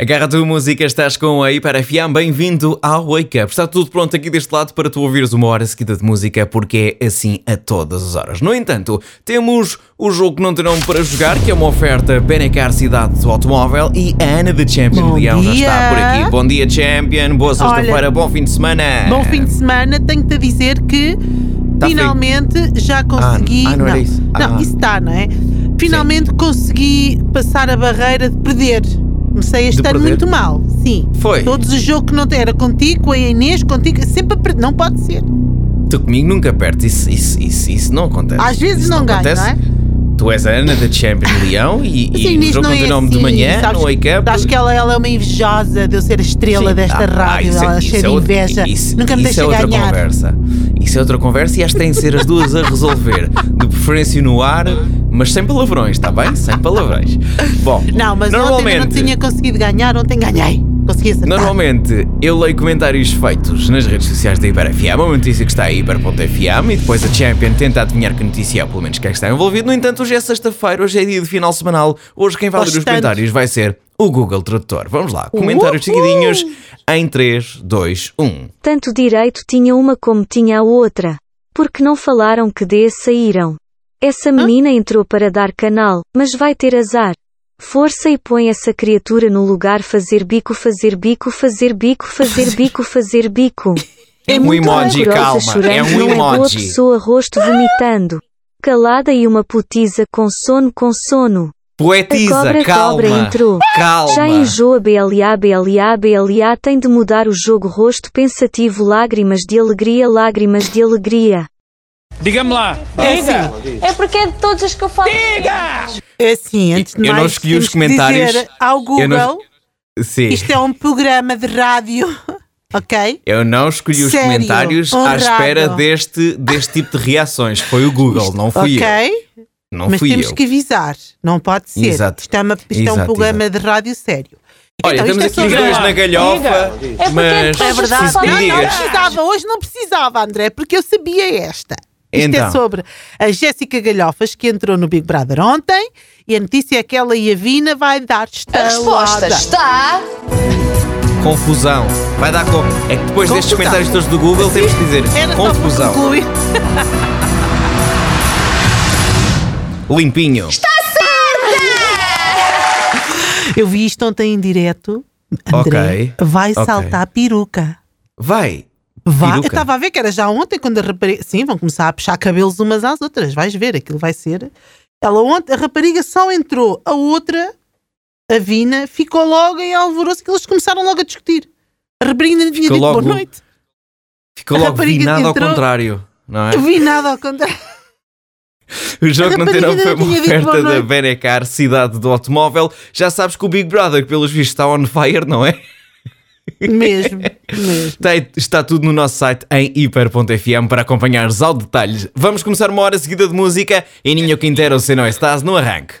Agarra a tua música, estás com a Hiperafiam, bem-vindo ao Wake Up. Está tudo pronto aqui deste lado para tu ouvires uma hora seguida de música, porque é assim a todas as horas. No entanto, temos o jogo que não terão para jogar, que é uma oferta Benecar Cidade do Automóvel e a Ana de Champion Bom Leão já dia. está por aqui. Bom dia, Champion, boa sexta-feira, bom fim de semana. Bom fim de semana, tenho-te a dizer que Tá frio. finalmente já consegui. ah, não era isso. Não, Ah. isso está, não é? Finalmente consegui passar a barreira de perder. Comecei De este ano perder? muito mal, sim. Foi. Todos os jogos que não era contigo, com a Inês, contigo, sempre a perder. Não pode ser. Tu comigo nunca perdes, isso, isso, isso, isso não acontece. Às vezes Isso não, ganho, acontece. não é? Tu és a Ana da Champion Leão e, Mas a e o Inês jogo não tem nome de assim, manhã, sabes, no Wake Up. Sabes que ela, ela é uma invejosa de eu ser a estrela Sim. desta Ah, rádio, isso é- ela isso cheia é de outra- inveja. Isso, Nunca me isso deixa é outra ganhar. conversa. Isso é outra conversa e as têm de ser as duas a resolver. De preferência no ar, mas sem palavrões, está bem? Sem palavrões. Bom, Não, mas ontem eu não normalmente, tinha conseguido ganhar, ontem ganhei. Consegui acertar. normalmente eu leio comentários feitos nas redes sociais da HiperFM, uma notícia que está em hiper.fm e depois a Champion tenta adivinhar que notícia é, pelo menos quem está envolvido. No entanto, hoje é sexta-feira, hoje é dia de final semanal. Hoje quem vai ler os Bastante. comentários vai ser o Google Tradutor. Vamos lá, comentários Uhul! seguidinhos em um. 3, 2, 1. Tanto direito tinha uma como tinha a outra. Porque não falaram que dê saíram. Essa menina entrou para dar canal, mas vai ter azar. Força e põe essa criatura no lugar fazer bico, fazer bico, fazer bico, fazer bico, fazer bico. É um emoji, rancorosa, calma. É chorando, um numa boa emoji. pessoa rosto vomitando. Calada e uma putiza com sono com sono. Poetisa, é A cobra calma. cobra entrou. Calma. Já enjoa BLA, BLA, BLA tem de mudar o jogo rosto pensativo lágrimas de alegria, lágrimas de alegria. Diga-me lá. É assim, É porque é de todas as que eu falo. é assim, antes de Eu não mais, escolhi os temos que comentários. dizer ao Google, Eu não- Sim. isto é um programa de rádio, ok? Eu não escolhi os Sério? comentários à Honrado. espera deste, deste tipo de reações. Foi o Google, não fui eu. ok? Não Mas fui temos eu. que avisar, não pode ser. Exato. Isto é, uma- isto é Exato, um programa de rádio sério. Olha, Então, estamos aqui isto é os sobre- dois na galhofa, É porque mas é verdade. preciso que Não, me não, não digas. precisava, hoje não precisava, André, porque eu sabia esta. Isto Então. é sobre a Jéssica Galhofas, que entrou no Big Brother ontem, e a notícia é que ela e a Vina vai dar A estalada. resposta está. Confusão. Vai dar como? É que depois destes Confusão. comentários todos do Google temos que dizer Era só para confusão. concluir. Limpinho. Eu vi isto ontem em direto. Ok. André, vai Ok. saltar a peruca. Vai. Vai. Eu Peruca. estava a ver que era já ontem quando a rapariga. Sim, vão começar a puxar cabelos umas às outras. Vais ver, aquilo vai ser. Ela ontem, a rapariga só entrou, a outra, a Vina, ficou logo em alvoroço que eles começaram logo a discutir. A rapariga ainda não tinha Ficou dito boa logo- noite. Ficou A logo rapariga vinado ao entrou. contrário, não é? Eu vi nada ao contrário. O jogo A não tem rapariga nome foi ainda uma tinha dito boa oferta da noite. Benecar, cidade do automóvel. Já sabes que o Big Brother, que pelos vistos, está on fire, não é? Mesmo, mesmo. Tem- Está tudo no nosso site em hiper.fm para acompanhares ao detalhe. Vamos começar uma hora seguida de música e Ninho Quintero, se não estás, no arranque.